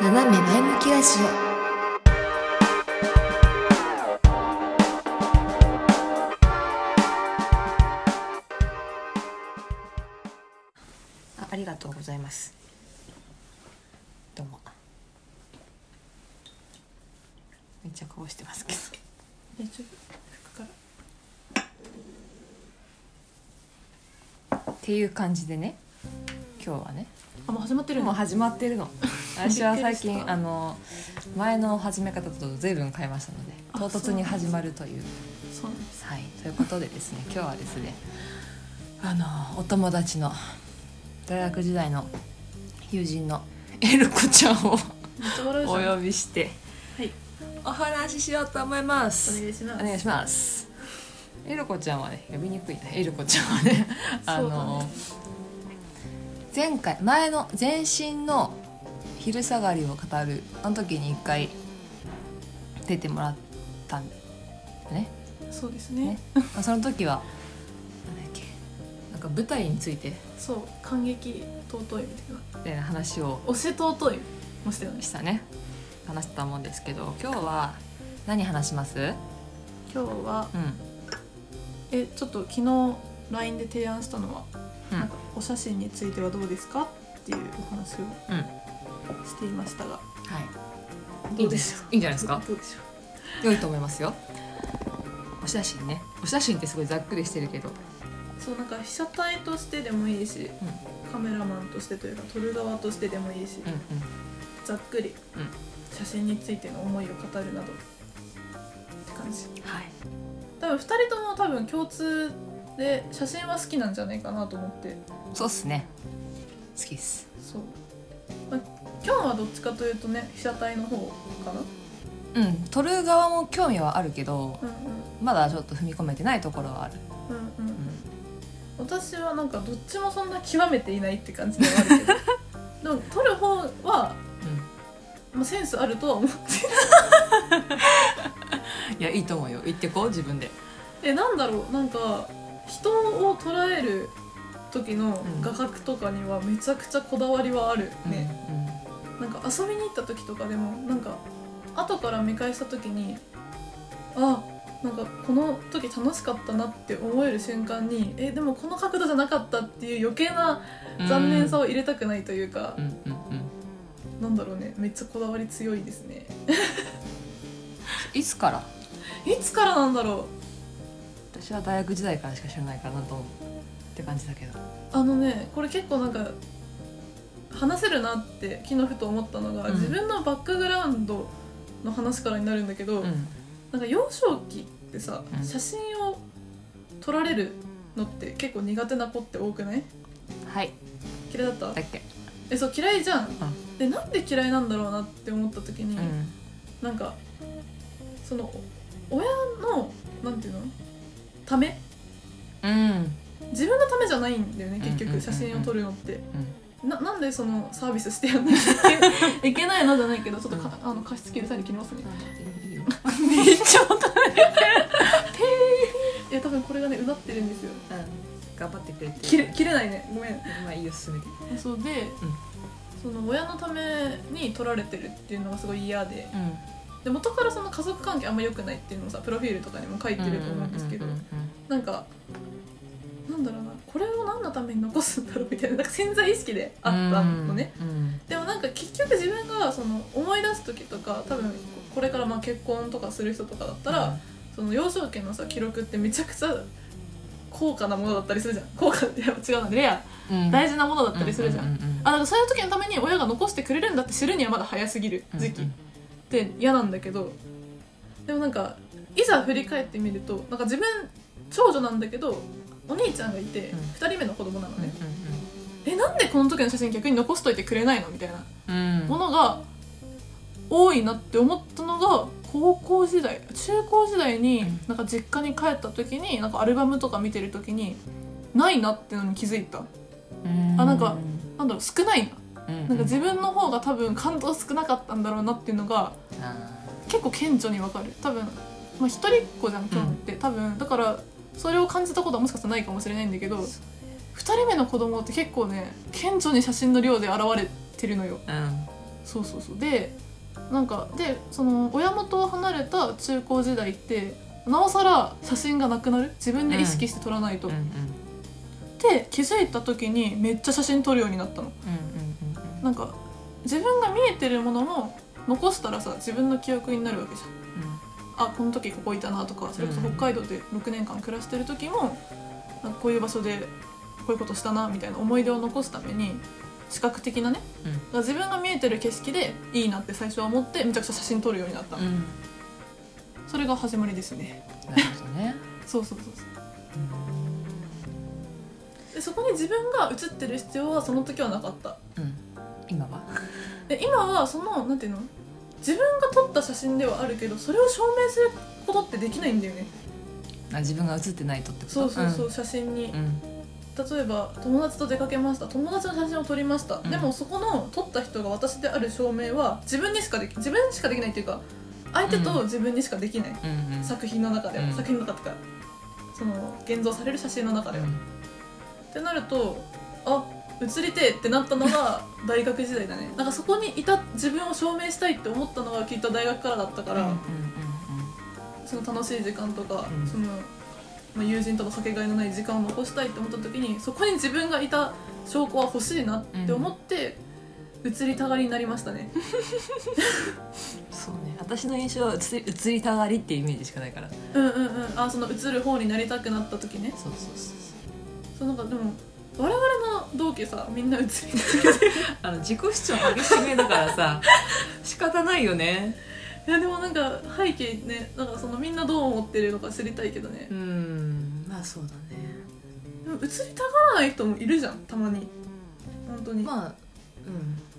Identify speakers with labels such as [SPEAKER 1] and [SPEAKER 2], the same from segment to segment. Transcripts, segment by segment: [SPEAKER 1] 斜め前向きラジオあありがとうございますどうもめっちゃこぼしてますけど
[SPEAKER 2] えちょっとから
[SPEAKER 1] っていう感じでね今日はね
[SPEAKER 2] あもう始まってる
[SPEAKER 1] もう始まってる の私は最
[SPEAKER 2] びっくり
[SPEAKER 1] 近
[SPEAKER 2] した
[SPEAKER 1] あの前の始め方と随分変えましたので
[SPEAKER 2] あ
[SPEAKER 1] 唐突に始まるという
[SPEAKER 2] そうなんです
[SPEAKER 1] はいということでですね今日はですねあのお友達の大学時代の友人のエルコちゃんを
[SPEAKER 2] めっちゃ笑うじゃ
[SPEAKER 1] お
[SPEAKER 2] んは
[SPEAKER 1] 呼びして
[SPEAKER 2] い
[SPEAKER 1] お話ししようと思いま
[SPEAKER 2] お
[SPEAKER 1] す
[SPEAKER 2] 願いします
[SPEAKER 1] お願いしますエルコちゃんはね呼びにくいなエルコちゃんは ねあ
[SPEAKER 2] そうだ
[SPEAKER 1] の
[SPEAKER 2] ね
[SPEAKER 1] 前回前の前身の昼下がりを語るあの時に一回出てもらったんだよね
[SPEAKER 2] そうです
[SPEAKER 1] ね
[SPEAKER 2] ね
[SPEAKER 1] まあその時はなんだっけなんか舞台について
[SPEAKER 2] そう感激尊いみたいな
[SPEAKER 1] みたいな話を
[SPEAKER 2] 押せ尊いもしてない
[SPEAKER 1] したね話したと思うんですけど今日は何話しますうん
[SPEAKER 2] 今日はえちょっと昨日 LINE で提案したのは、
[SPEAKER 1] うん
[SPEAKER 2] なんかお写真についてはどうですかっていうお話
[SPEAKER 1] うんは
[SPEAKER 2] をしていましたが
[SPEAKER 1] い
[SPEAKER 2] どうでしょ
[SPEAKER 1] いいんじゃないです
[SPEAKER 2] う
[SPEAKER 1] か
[SPEAKER 2] どうでしょ
[SPEAKER 1] 良いと思いますよお写真ねお写真ってすごいざっくりしてるけど
[SPEAKER 2] うそうなんか被写体としてでもいいし、カメラマンとしてというか撮る側としてでもいいし、
[SPEAKER 1] うんうん
[SPEAKER 2] ざっくり、
[SPEAKER 1] うん
[SPEAKER 2] 写真についての思いを語るなどって感じ
[SPEAKER 1] はい
[SPEAKER 2] 多分2人とも多分共通で写真は好きなんじゃないかなと思って
[SPEAKER 1] そうっすね好きです
[SPEAKER 2] そう、まあ、今日はどっちかというとね被写体の方かな
[SPEAKER 1] うん撮る側も興味はあるけど
[SPEAKER 2] うん
[SPEAKER 1] まだちょっと踏み込めてないところはある、
[SPEAKER 2] うんうんうん
[SPEAKER 1] うん
[SPEAKER 2] 私はなんかどっちもそんな極めていないって感じではあるけ どでも撮る方は、まあ、センスあるとは思う
[SPEAKER 1] いやいいと思うよ行ってこう自分で
[SPEAKER 2] えなんだろうなんか人を捉える時の
[SPEAKER 1] うん
[SPEAKER 2] 画角とかにはめちゃくちゃこだわりはあるね、
[SPEAKER 1] ね
[SPEAKER 2] なんか遊びに行った時とかでもなんか後から見返した時にあなんかこの時楽しかったなって思える瞬間にえでもこの角度じゃなかったっていう余計な残念さ
[SPEAKER 1] を
[SPEAKER 2] を入れたくないというか
[SPEAKER 1] う、んうんうん
[SPEAKER 2] なんだろうねめっちゃこだわり強いですね
[SPEAKER 1] いつから
[SPEAKER 2] いつからなんだろ
[SPEAKER 1] 私は大学時代からしか知らないかなと思うって感じだけど
[SPEAKER 2] うあのねこれ結構なんか話せるなって昨日ふと思ったのが、
[SPEAKER 1] うん
[SPEAKER 2] 自分のバックグラウンドの話からになるんだけど、
[SPEAKER 1] うん
[SPEAKER 2] なんか幼少期ってさ、
[SPEAKER 1] うん
[SPEAKER 2] 写真を撮られるのって結構苦手な子って多くない
[SPEAKER 1] はい
[SPEAKER 2] 嫌いだった
[SPEAKER 1] だっけ
[SPEAKER 2] えそう嫌いじゃん、でなんで嫌いなんだろうなって思った時に、
[SPEAKER 1] うん
[SPEAKER 2] なんかその親のなんていうのため
[SPEAKER 1] うん
[SPEAKER 2] 自分のためじゃないんだよね結
[SPEAKER 1] うんうんうんう
[SPEAKER 2] 局
[SPEAKER 1] ん
[SPEAKER 2] 写真を撮るのって、
[SPEAKER 1] うん
[SPEAKER 2] ななんでそのサービスしてや んなきゃいけないのじゃないけどちょっとか、あの加湿器うるさいに切りますね
[SPEAKER 1] いいよ
[SPEAKER 2] めっちゃ音が出てるいや多分これがねうなってるんですよ
[SPEAKER 1] 頑張ってくれて
[SPEAKER 2] 切れ切れないねごめん
[SPEAKER 1] まあいいよ進めて
[SPEAKER 2] そうで、その親のために取られてるっていうのがすごい嫌で
[SPEAKER 1] うん
[SPEAKER 2] で元からその家族関係あんま良くないっていうのもさプロフィールとかにも書いてると思うんですけど、
[SPEAKER 1] ううん
[SPEAKER 2] なんかなんだろうなこれを何のために残すんだろうみたいななんか潜在意識であったのね、
[SPEAKER 1] うん
[SPEAKER 2] でもなんか結局自分がその思い出す時とか多分これからまあ結婚とかする人とかだったら、その幼少期のさ記録ってめちゃくちゃ高価なものだったりするじゃん高価ってやっぱ違うなレア
[SPEAKER 1] うん
[SPEAKER 2] 大事なものだったりするじゃん
[SPEAKER 1] うううん
[SPEAKER 2] あだからそういう時のために親が残してくれるんだって知るにはまだ早すぎる時期
[SPEAKER 1] う
[SPEAKER 2] っ
[SPEAKER 1] ん
[SPEAKER 2] て嫌なんだけどでもなんかいざ振り返ってみるとなんか自分長女なんだけどお兄ちゃんがいて
[SPEAKER 1] うん
[SPEAKER 2] 2人目の子供なの
[SPEAKER 1] うん
[SPEAKER 2] ね、えなんでこの時の写真逆に残しといてくれないのみたいな
[SPEAKER 1] うんうん
[SPEAKER 2] ものが多いなって思ったのが高校時代中高時代に
[SPEAKER 1] うん
[SPEAKER 2] なんか実家に帰った時になんかアルバムとか見てる時にないなってのに気づいた
[SPEAKER 1] うん
[SPEAKER 2] あなんかなんだろう少ないな
[SPEAKER 1] うん
[SPEAKER 2] なんか自分の方が多分感動少なかったんだろうなっていうのが
[SPEAKER 1] あ
[SPEAKER 2] 結構顕著にわかる多分、まあ、一人っ子じゃん今日って、多分だからそれを感じたことはもしかしたらないかもしれないんだけど
[SPEAKER 1] そ
[SPEAKER 2] 2人目の子供って結構ね顕著に写真の量で現れてるのよ
[SPEAKER 1] ーうん
[SPEAKER 2] そうそうそうでなんかでその親元を離れた中高時代ってなおさら写真がなくなる自分で意識して撮らないと、
[SPEAKER 1] うんうん
[SPEAKER 2] で気づいた時にめっちゃ写真撮るようになったの
[SPEAKER 1] うんうんうん
[SPEAKER 2] なんか自分が見えてるものも残したらさ自分の記憶になるわけじゃんあこの時ここいたなとかそれこそ北海道で6年間暮らしてる時もなんかこういう場所でこういうことしたなみたいな思い出を残すために視覚的なね、
[SPEAKER 1] うん
[SPEAKER 2] だから自分が見えてる景色でいいなって最初は思ってめちゃくちゃ写真撮るようになったの、
[SPEAKER 1] うん
[SPEAKER 2] それが始まりですね
[SPEAKER 1] なるほどね
[SPEAKER 2] そうそうそうそうでそこに自分が写ってる必要はその時はなかった
[SPEAKER 1] うん今は
[SPEAKER 2] で今はそのなんていうの自分が撮った写真ではあるけどそれを証明することってできないんだよね
[SPEAKER 1] あ自分が写ってないとってこと
[SPEAKER 2] そうそうそう、写真に、
[SPEAKER 1] うんうん
[SPEAKER 2] 例えば友達と出かけました友達の写真を撮りました、
[SPEAKER 1] うん
[SPEAKER 2] でもそこの撮った人が私である証明は自分にしかでき自分にしかできないっていうか相手と自分にしかできない、
[SPEAKER 1] うんうん
[SPEAKER 2] 作品の中では、
[SPEAKER 1] うん
[SPEAKER 2] 作品の中とかその現像される写真の中では、
[SPEAKER 1] うん
[SPEAKER 2] ってなるとあ写りてえってなったの が大学時代だねなんかそこにいた自分を証明したいって思ったのがきっと大学からだったから、
[SPEAKER 1] うんうん
[SPEAKER 2] その楽しい時間とか、
[SPEAKER 1] うん
[SPEAKER 2] その、まあ、友人とのかけがえのない時間を残したいって思った時にそこに自分がいた証拠は欲しいなって思って、移りたがりになりまし たね
[SPEAKER 1] うんそうね私の印象は写り写りたがりっていうイメージしかないからそう
[SPEAKER 2] うんうんうんあその移る方になりたくなった時ね
[SPEAKER 1] そうそうそう
[SPEAKER 2] そのなんかでも我々の同期さみんな移りたがり
[SPEAKER 1] あの自己主張激しめだから さ仕方ないよね
[SPEAKER 2] いやでもなんか背景ねなんかそのみんなどう思ってるのか知りたいけどね
[SPEAKER 1] うんまあそうだね
[SPEAKER 2] でも移りたがらない人もいるじゃんたまに本当に、
[SPEAKER 1] まあ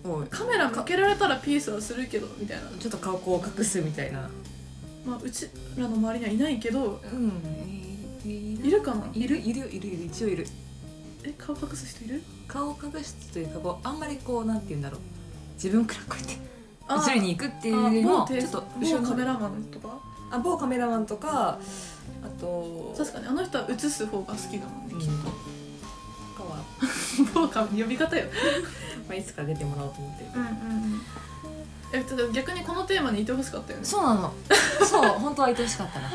[SPEAKER 1] うんもう
[SPEAKER 2] カメラ向けられたらピースはするけどみたいな
[SPEAKER 1] ちょっと顔こう隠すみたいな
[SPEAKER 2] まあうちらの周りにはいないけど
[SPEAKER 1] うんい
[SPEAKER 2] いるかない
[SPEAKER 1] るいるいるいる一応いる
[SPEAKER 2] え顔隠す人いる
[SPEAKER 1] 顔を隠すというかこうあんまりこうなんて言うんだろう自分からこうやって映りに行くっていうよりも
[SPEAKER 2] あ
[SPEAKER 1] ち
[SPEAKER 2] 某テ
[SPEAKER 1] ょ
[SPEAKER 2] レ
[SPEAKER 1] っと後ろ
[SPEAKER 2] 某カメ
[SPEAKER 1] の
[SPEAKER 2] ラマンとか
[SPEAKER 1] あ某カメラマンとかあと
[SPEAKER 2] 確かにあの人は映す方が好きだもんね、
[SPEAKER 1] うん
[SPEAKER 2] きっ
[SPEAKER 1] かは、ま
[SPEAKER 2] と某カメラ呼び方よ
[SPEAKER 1] あ、いつか出てもらおうと思ってる
[SPEAKER 2] うんうんうんえちょっと逆にこのテーマにいてほしかったよね
[SPEAKER 1] そうなのそう本当は愛おしかったない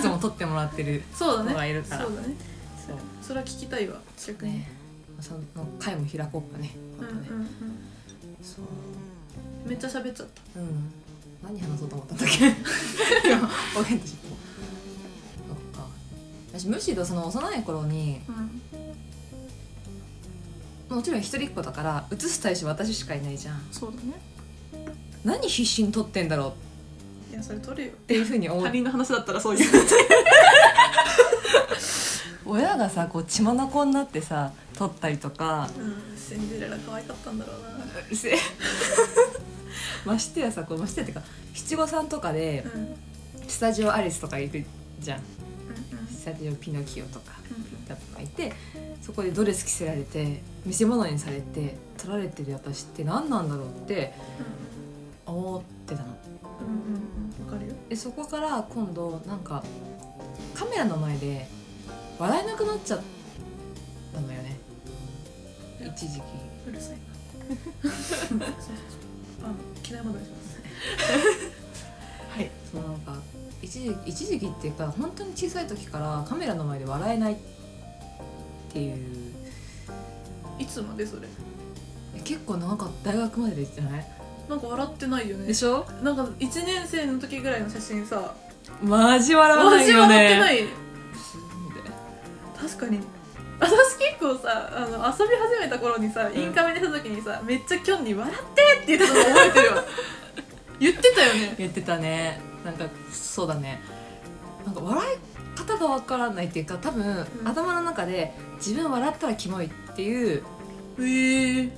[SPEAKER 1] つも撮ってもらってる
[SPEAKER 2] そうだ
[SPEAKER 1] 人
[SPEAKER 2] ね
[SPEAKER 1] がいる
[SPEAKER 2] そ
[SPEAKER 1] か
[SPEAKER 2] う
[SPEAKER 1] ら
[SPEAKER 2] だね
[SPEAKER 1] そう
[SPEAKER 2] それは聞きたいわ逆に、
[SPEAKER 1] ねその回も開こうかね
[SPEAKER 2] うん
[SPEAKER 1] ま
[SPEAKER 2] う
[SPEAKER 1] た
[SPEAKER 2] ん
[SPEAKER 1] ね、
[SPEAKER 2] うん
[SPEAKER 1] そう
[SPEAKER 2] めっちゃ喋っちゃった
[SPEAKER 1] うん何話そうと思ったんだっけ今分かんないそっか私むしろその幼い頃に
[SPEAKER 2] うん
[SPEAKER 1] もちろん一人っ子だから写す対象私しかいないじゃん
[SPEAKER 2] そうだね
[SPEAKER 1] 何必死に撮ってんだろうっ
[SPEAKER 2] いやそれ撮るよ
[SPEAKER 1] ていうふうに思
[SPEAKER 2] 他
[SPEAKER 1] う
[SPEAKER 2] 人の話だったらそういう
[SPEAKER 1] 親がさこう血眼になってさ撮ったりとか
[SPEAKER 2] うんシンデレラ可愛かったんだろうな
[SPEAKER 1] せ ましてやさこうましてやっていうか七五三とかで
[SPEAKER 2] うんうんうん
[SPEAKER 1] スタジオアリスとか行くじゃんスタジオピノキオとかだとかいてそこでドレス着せられて見せ物にされて撮られてる私って何なんだろうって思ってたの
[SPEAKER 2] うんうんうんわかるよ
[SPEAKER 1] でそこから今度なんかカメラの前で笑えなくなっちゃったのよね一時期
[SPEAKER 2] うるさいなそうそうそうあの機内戻りしますはい
[SPEAKER 1] そうなんか一時一時期っていうか本当に小さい時からカメラの前で笑えないっていう
[SPEAKER 2] いつまでそれ
[SPEAKER 1] え結構長かった大学まででじゃない
[SPEAKER 2] なんか笑ってないよね
[SPEAKER 1] でしょ
[SPEAKER 2] なんか1年生の時ぐらいの写真さ
[SPEAKER 1] マジ笑わな
[SPEAKER 2] マ
[SPEAKER 1] い
[SPEAKER 2] ジ
[SPEAKER 1] よ
[SPEAKER 2] 笑って
[SPEAKER 1] ね
[SPEAKER 2] ない確かに私結構さあの遊び始めた頃にさ
[SPEAKER 1] ん
[SPEAKER 2] インカメでした時にさめっちゃキョンに「笑って!」って言ってたの覚えてるわ言ってたよね
[SPEAKER 1] 言ってたねなんかそうだねなんか笑い方がわからないっていうか多分、
[SPEAKER 2] ん
[SPEAKER 1] 頭の中で自分笑ったらキモいっていう
[SPEAKER 2] ええ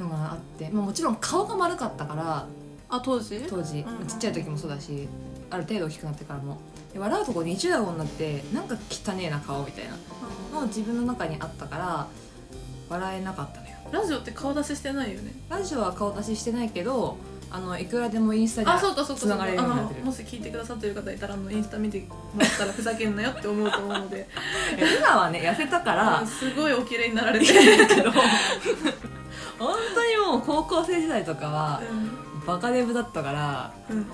[SPEAKER 1] のがあって、まあ、もちろん顔が丸かったから
[SPEAKER 2] あ当時
[SPEAKER 1] 当時、
[SPEAKER 2] うんうん
[SPEAKER 1] ちっちゃい時もそうだしある程度大きくなってからもで笑うとこ20代になってなんか汚ねえな顔みたいなの自分の中にあったから笑えなかったのよ
[SPEAKER 2] ラジオって顔出ししてないよね
[SPEAKER 1] ラジオは顔出ししてないけどあのいくらでもインスタ
[SPEAKER 2] あ
[SPEAKER 1] で
[SPEAKER 2] そうかそう
[SPEAKER 1] つ
[SPEAKER 2] かそう
[SPEAKER 1] な
[SPEAKER 2] か
[SPEAKER 1] がれる
[SPEAKER 2] あ
[SPEAKER 1] ようになっ
[SPEAKER 2] の
[SPEAKER 1] てる
[SPEAKER 2] もし聞いてくださってる方いたらあのインスタ見てもらったらふざけんなよって思うと思うの で
[SPEAKER 1] 今はね痩せたか
[SPEAKER 2] う
[SPEAKER 1] ら
[SPEAKER 2] んすごいお綺麗になられて
[SPEAKER 1] いいんだけど本当にもう高校生時代とかは
[SPEAKER 2] う
[SPEAKER 1] バカデブだったから
[SPEAKER 2] んうん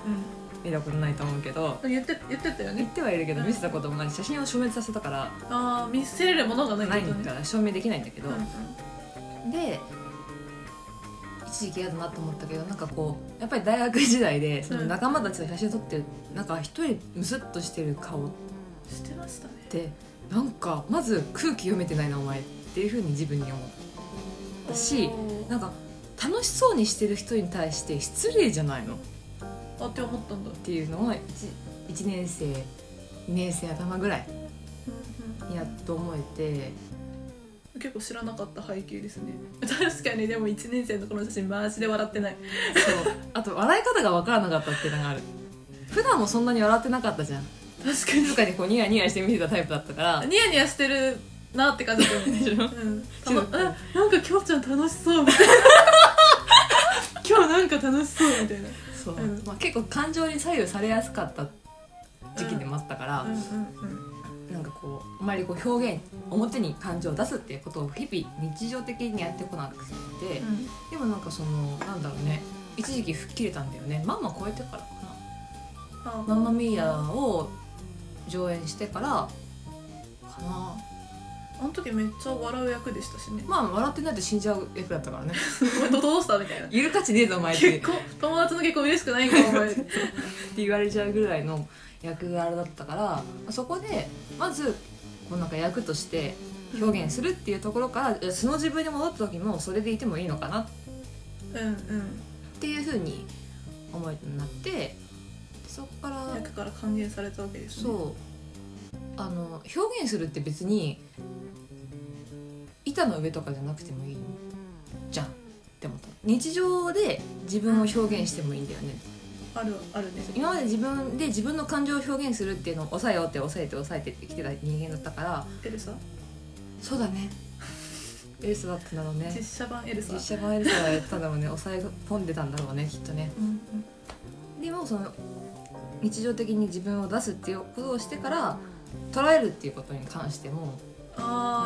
[SPEAKER 1] 見たことないと思うけど
[SPEAKER 2] うん言って言ってたよ
[SPEAKER 1] 言っ
[SPEAKER 2] ね
[SPEAKER 1] てはいるけど見せたこともないし写真を証明させたから
[SPEAKER 2] ああ見せれるものがない
[SPEAKER 1] ない
[SPEAKER 2] ことね
[SPEAKER 1] から証明できないんだけど、
[SPEAKER 2] うんうん
[SPEAKER 1] で一時期嫌だなと思ったけどなんかこうやっぱり大学時代でその仲間たちの写真を撮ってるなんか一人ムスッとしてる顔っ
[SPEAKER 2] してましたね
[SPEAKER 1] てなんかまず空気読めてないなお前っていうふうに自分に思ったし
[SPEAKER 2] おー
[SPEAKER 1] なんか楽しそうにしてる人に対して失礼じゃないのっ
[SPEAKER 2] あって思ったんだ
[SPEAKER 1] ていうのを 1, 年生2年生頭ぐらいにやっと思え
[SPEAKER 2] 結構知らなかった背景ですね確かにでも1年生のこの写真マジで笑ってない
[SPEAKER 1] て そうあと笑い方が分からなかったっていうのがある普段もそんなに笑ってなかったじゃん
[SPEAKER 2] 確か
[SPEAKER 1] 静かにこうニヤニヤして見てたタイプだったから
[SPEAKER 2] にニヤニヤしてるなって感じだよ ね
[SPEAKER 1] でしょ
[SPEAKER 2] うん、た
[SPEAKER 1] 中
[SPEAKER 2] ま
[SPEAKER 1] 学
[SPEAKER 2] あなんかきょうちゃん楽しそうみた いな今日なんか楽しそうみたいな
[SPEAKER 1] そう、
[SPEAKER 2] うん
[SPEAKER 1] まあ、結構感情に左右されやすかった時期でもあったから、
[SPEAKER 2] うんうん
[SPEAKER 1] なんかこうあまりこう表現表に感情を出すっていうことを日々日常的にやってこなくて、
[SPEAKER 2] うん
[SPEAKER 1] でもなんかそのなんだろうね一時期吹っ切れたんだよねまんま超えてからか
[SPEAKER 2] あ
[SPEAKER 1] な「マンマミーヤ」を上演してからかな
[SPEAKER 2] あの時めっちゃ笑う役でした しね
[SPEAKER 1] まあ笑ってないと死んじゃう役だったからね
[SPEAKER 2] お前どどうしたみたいな
[SPEAKER 1] ゆる価値ねえぞお前って
[SPEAKER 2] 結婚友達の結婚嬉しくないからお 前
[SPEAKER 1] って言われちゃうぐらいの役柄だったからそこでまずこうなんか役として表現するっていうところからいや素の自分に戻った時もそれでいてもいいのかなっ
[SPEAKER 2] うんう
[SPEAKER 1] ていうふうに思えるようになってでそこから
[SPEAKER 2] ん役から還元されたわけですね
[SPEAKER 1] そうあの表現するって別に板の上とかじゃなくてもいいじゃんって思った日常で自分を表現してもいいんだよね
[SPEAKER 2] あるあるね
[SPEAKER 1] 今まで自分で自分の感情を表現するっていうのを抑えようって抑えて抑えてってきてた人間だったから
[SPEAKER 2] エルサ
[SPEAKER 1] そうだねエルサだったんだろうね
[SPEAKER 2] 実写版エルサ
[SPEAKER 1] 実写版エルサがやってたんだろうね抑え込んでたんだろうねきっとね
[SPEAKER 2] うん
[SPEAKER 1] でもその日常的に自分を出すっていうことをしてから捉えるっていうことに関してもな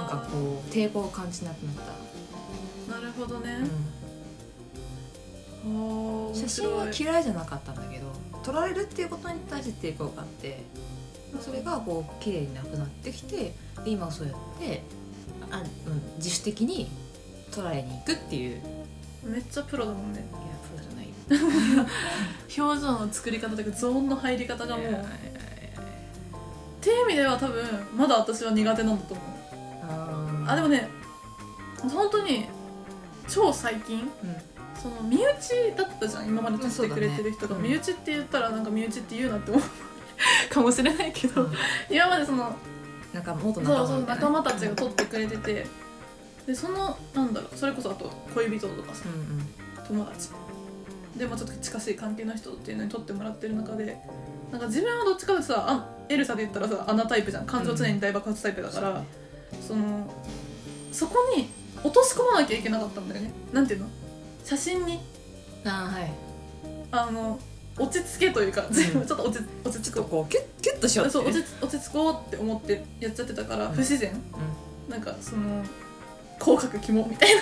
[SPEAKER 1] んか
[SPEAKER 2] あ
[SPEAKER 1] こう抵抗を感じなくなっ
[SPEAKER 2] あなるほどね
[SPEAKER 1] た、、
[SPEAKER 2] お
[SPEAKER 1] う
[SPEAKER 2] ー
[SPEAKER 1] ん写真は
[SPEAKER 2] 面白い
[SPEAKER 1] 嫌いじゃなかったんだけど撮られるっていうことに対して抵抗があってそれがこう綺麗になくなってきてで今はそうやってあ、うん、自主的に撮られに行くっていういや
[SPEAKER 2] めっちゃプロだもんね
[SPEAKER 1] プロじゃない
[SPEAKER 2] 表情の作り方とかゾーンの入り方がも
[SPEAKER 1] い
[SPEAKER 2] う
[SPEAKER 1] やいやいや
[SPEAKER 2] っていう意味では多分まだ私は苦手なんだと思う
[SPEAKER 1] あ
[SPEAKER 2] あでもね本当に超最近
[SPEAKER 1] う
[SPEAKER 2] その身内だったじゃん今まで撮ってくれてる
[SPEAKER 1] うんそ
[SPEAKER 2] 人が、
[SPEAKER 1] うだねうん
[SPEAKER 2] 身内って言ったらなんか身内って言うなって思うかもしれないけど、
[SPEAKER 1] ん、
[SPEAKER 2] 今までその
[SPEAKER 1] なんか元仲間
[SPEAKER 2] そうそう
[SPEAKER 1] みたいな
[SPEAKER 2] 仲間たちが撮ってくれててでそのなんだろうそれこそあと恋人とかさ
[SPEAKER 1] うんうん
[SPEAKER 2] 友達でもちょっと近しい関係の人っていうのに撮ってもらってる中でなんか自分はどっちかというとさあエルサで言ったらさアナタイプじゃん感情常に大爆発タイプだから、そのそこに落とし込まなきゃいけなかったんだよねなんていうの写真に
[SPEAKER 1] あーはい
[SPEAKER 2] あの落ち着けというか全部ちょっと落ち落ち
[SPEAKER 1] ちょ
[SPEAKER 2] 着
[SPEAKER 1] っと
[SPEAKER 2] こ
[SPEAKER 1] こうキュッキュッとしよう
[SPEAKER 2] う
[SPEAKER 1] って
[SPEAKER 2] そ
[SPEAKER 1] いうう
[SPEAKER 2] 落ち落ち着こうって思ってやっちゃってたから
[SPEAKER 1] うん
[SPEAKER 2] 不自然、なんかその口角肝みたい な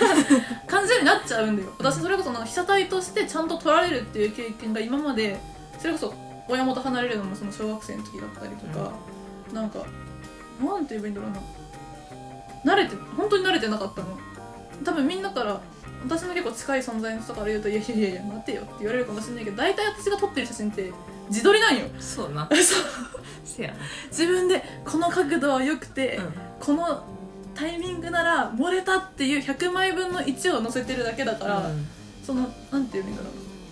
[SPEAKER 2] 感じになっちゃうんだよ私それこそなんか被写体としてちゃんと撮られるっていう経験が今までそれこそ親元離れるのもその小学生の時だったりとか、なんかなんて言えばいいんだろうな慣れて本当に慣れてなかったの多分みんなから私の結構近い存在の人から言うと「いやいやいやいや待てよ」って言われるかもしれないけど大体私が撮ってる写真って自撮りなん よ
[SPEAKER 1] そうな
[SPEAKER 2] そう
[SPEAKER 1] せや
[SPEAKER 2] 自分でこの角度は良くて、
[SPEAKER 1] な、うん
[SPEAKER 2] このタイミングなら漏れたっていう100枚分の1を載せてるだけだから、
[SPEAKER 1] うん
[SPEAKER 2] そのなんていうんだろ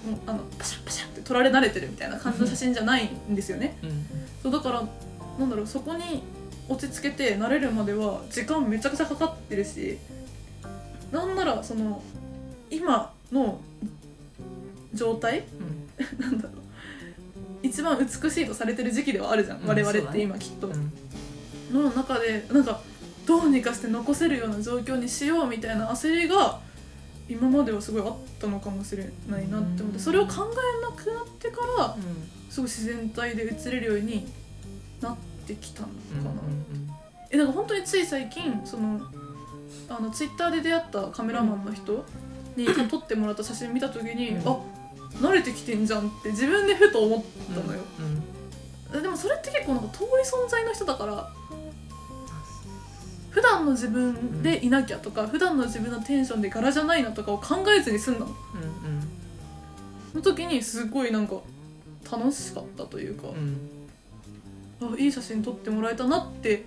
[SPEAKER 2] うもうあのパシャパシャって撮られ慣れてるみたいな感じの写真じゃないんですよね、
[SPEAKER 1] うん
[SPEAKER 2] そうだからなんだろうそこに落ち着けて慣れるまでは時間めちゃくちゃかかってるしなんならその今の状態
[SPEAKER 1] う
[SPEAKER 2] なんだろう一番美しいとされてる時期ではあるじゃん、
[SPEAKER 1] うん
[SPEAKER 2] 我々
[SPEAKER 1] そう
[SPEAKER 2] っ
[SPEAKER 1] だ
[SPEAKER 2] て
[SPEAKER 1] ね
[SPEAKER 2] 今きっと、
[SPEAKER 1] んうん
[SPEAKER 2] の中でなんかどうにかして残せるような状況にしようみたいな焦りが今まではすごいあったのかもしれないなって思っ
[SPEAKER 1] う
[SPEAKER 2] て
[SPEAKER 1] ん
[SPEAKER 2] それを考えなくなってからすごい自然体で映れるようになってきたのか
[SPEAKER 1] うん
[SPEAKER 2] な。えなんか本当につい最近そのあのツイッターで出会ったカメラマンの人 に撮ってもらった写真見た時に、
[SPEAKER 1] うん
[SPEAKER 2] あ慣れてきてんじゃんって自分でふと思ったのよ、
[SPEAKER 1] うんうん
[SPEAKER 2] でもそれって結構なんか遠い存在の人だから普段の自分でいなきゃとか、普段の自分のテンションで柄じゃないなとかを考えずに済んだの
[SPEAKER 1] うん
[SPEAKER 2] その時にすごいなんか楽しかったというか、
[SPEAKER 1] うんうん
[SPEAKER 2] あいい写真撮ってもらえたなって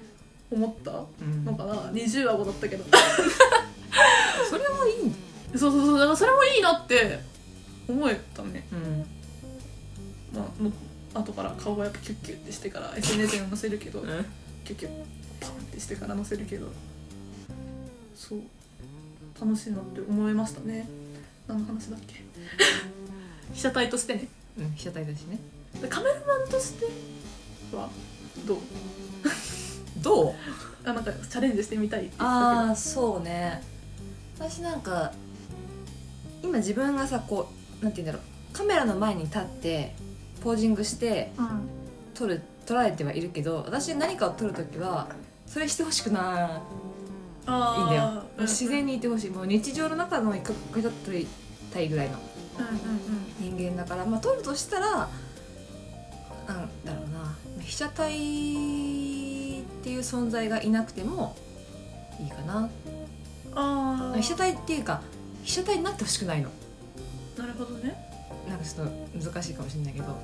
[SPEAKER 2] 思った
[SPEAKER 1] うん
[SPEAKER 2] のかな20顎だったけど
[SPEAKER 1] それもいいんだ
[SPEAKER 2] そうそうそうだからそれもいいなって思えたね
[SPEAKER 1] うん
[SPEAKER 2] まあも後から顔はやっぱキュッキュってしてから SNS に載せるけど
[SPEAKER 1] うん
[SPEAKER 2] キュッキュッパンってしてから載せるけどそう楽しいなって思いましたね何の話だっけ 被写体としてね
[SPEAKER 1] うん被写体だしね
[SPEAKER 2] カメラマンとしてはどう
[SPEAKER 1] どう
[SPEAKER 2] あなんかチャレンジしてみたいって言って
[SPEAKER 1] あ
[SPEAKER 2] た
[SPEAKER 1] あそうね私なんか今自分がさこうなんて言うんだろうカメラの前に立ってポージングして
[SPEAKER 2] けど、うん
[SPEAKER 1] 撮る撮られてはいるけど私何かを撮る時はそれしてほしくない
[SPEAKER 2] あー
[SPEAKER 1] いいんだよもう自然
[SPEAKER 2] に、
[SPEAKER 1] にいてほしいもう日常の中の一角だ撮りたいぐらいの
[SPEAKER 2] うん
[SPEAKER 1] 人間だからまあ撮るとしたらなんだろうな被写体っていう存在がいなくてもいいかな
[SPEAKER 2] うんうん、ああ
[SPEAKER 1] 被写体っていうか被写体になってほしくないの
[SPEAKER 2] なるほどね
[SPEAKER 1] なんかちょっと難しいかもしれないけど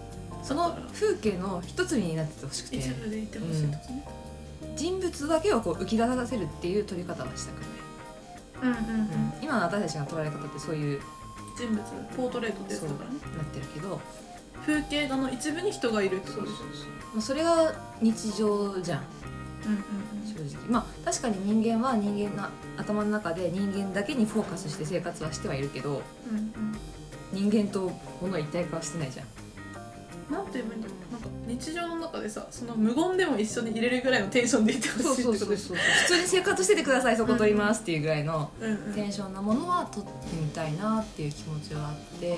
[SPEAKER 1] その風景の一つになっててほしくて
[SPEAKER 2] 一部でいてほしいとかね、
[SPEAKER 1] 人物だけをこう浮き出させるっていう撮り方はしたくない、
[SPEAKER 2] うんうんうん
[SPEAKER 1] 今の私たちの撮られ方ってそういう
[SPEAKER 2] 人物ポートレートですからね
[SPEAKER 1] なってるけども
[SPEAKER 2] 風景画の一部に人がいるってことでしょ
[SPEAKER 1] うそれが日常じゃん
[SPEAKER 2] うんうん
[SPEAKER 1] 正直まあ確かに人間は人間の頭の中で人間だけにフォーカスして生活はしてはいるけど
[SPEAKER 2] うんうん
[SPEAKER 1] 人間と物の一体化はしてないじゃん
[SPEAKER 2] うんなんて言えばいいんだろうなんか日常の中でさその無言でも一緒に入れるぐらいのテンションでいてほしいってことでしょ
[SPEAKER 1] う普通に生活しててくださいそこ撮りますっていうぐらいの
[SPEAKER 2] うんうん
[SPEAKER 1] テンションなものは撮ってみたいなっていう気持ちはあって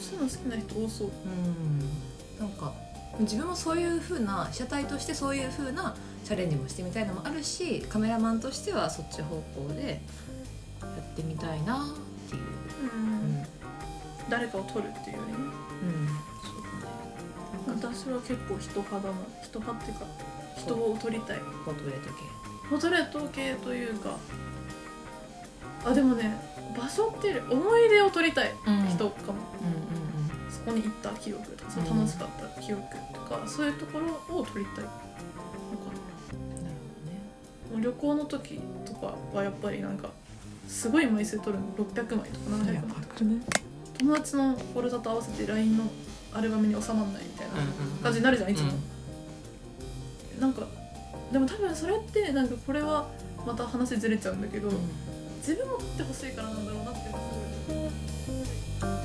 [SPEAKER 2] そういうの好きな人多そう
[SPEAKER 1] うんなんか自分もそういう風な被写体としてそういう風なチャレンジもしてみたいのもあるしカメラマンとしてはそっち方向でやってみたいなっていう、
[SPEAKER 2] うん誰かを撮るっていうよりね私は結構人派だな人派っていうか人を撮りたい
[SPEAKER 1] ポートレート
[SPEAKER 2] ポートレート系というかあでもね場所っていうより思い出を撮りたい
[SPEAKER 1] 系、人
[SPEAKER 2] 人かも、そこに行った記憶とかその楽しかった記憶とか、そういうところを撮りたいの
[SPEAKER 1] な
[SPEAKER 2] か
[SPEAKER 1] る
[SPEAKER 2] なもう旅行の時とかはやっぱりなんかすごい枚数撮るの600枚と
[SPEAKER 1] ほ
[SPEAKER 2] か
[SPEAKER 1] どね
[SPEAKER 2] 700枚友達のフォルダと合わせて LINE のアルバムに収まんないみたいな感じになるじゃんいつも、なんかでも多分それってなんかこれはまた話ずれちゃうんだけど、自分も撮ってほしいからなんだろうなっていうのはすごい思う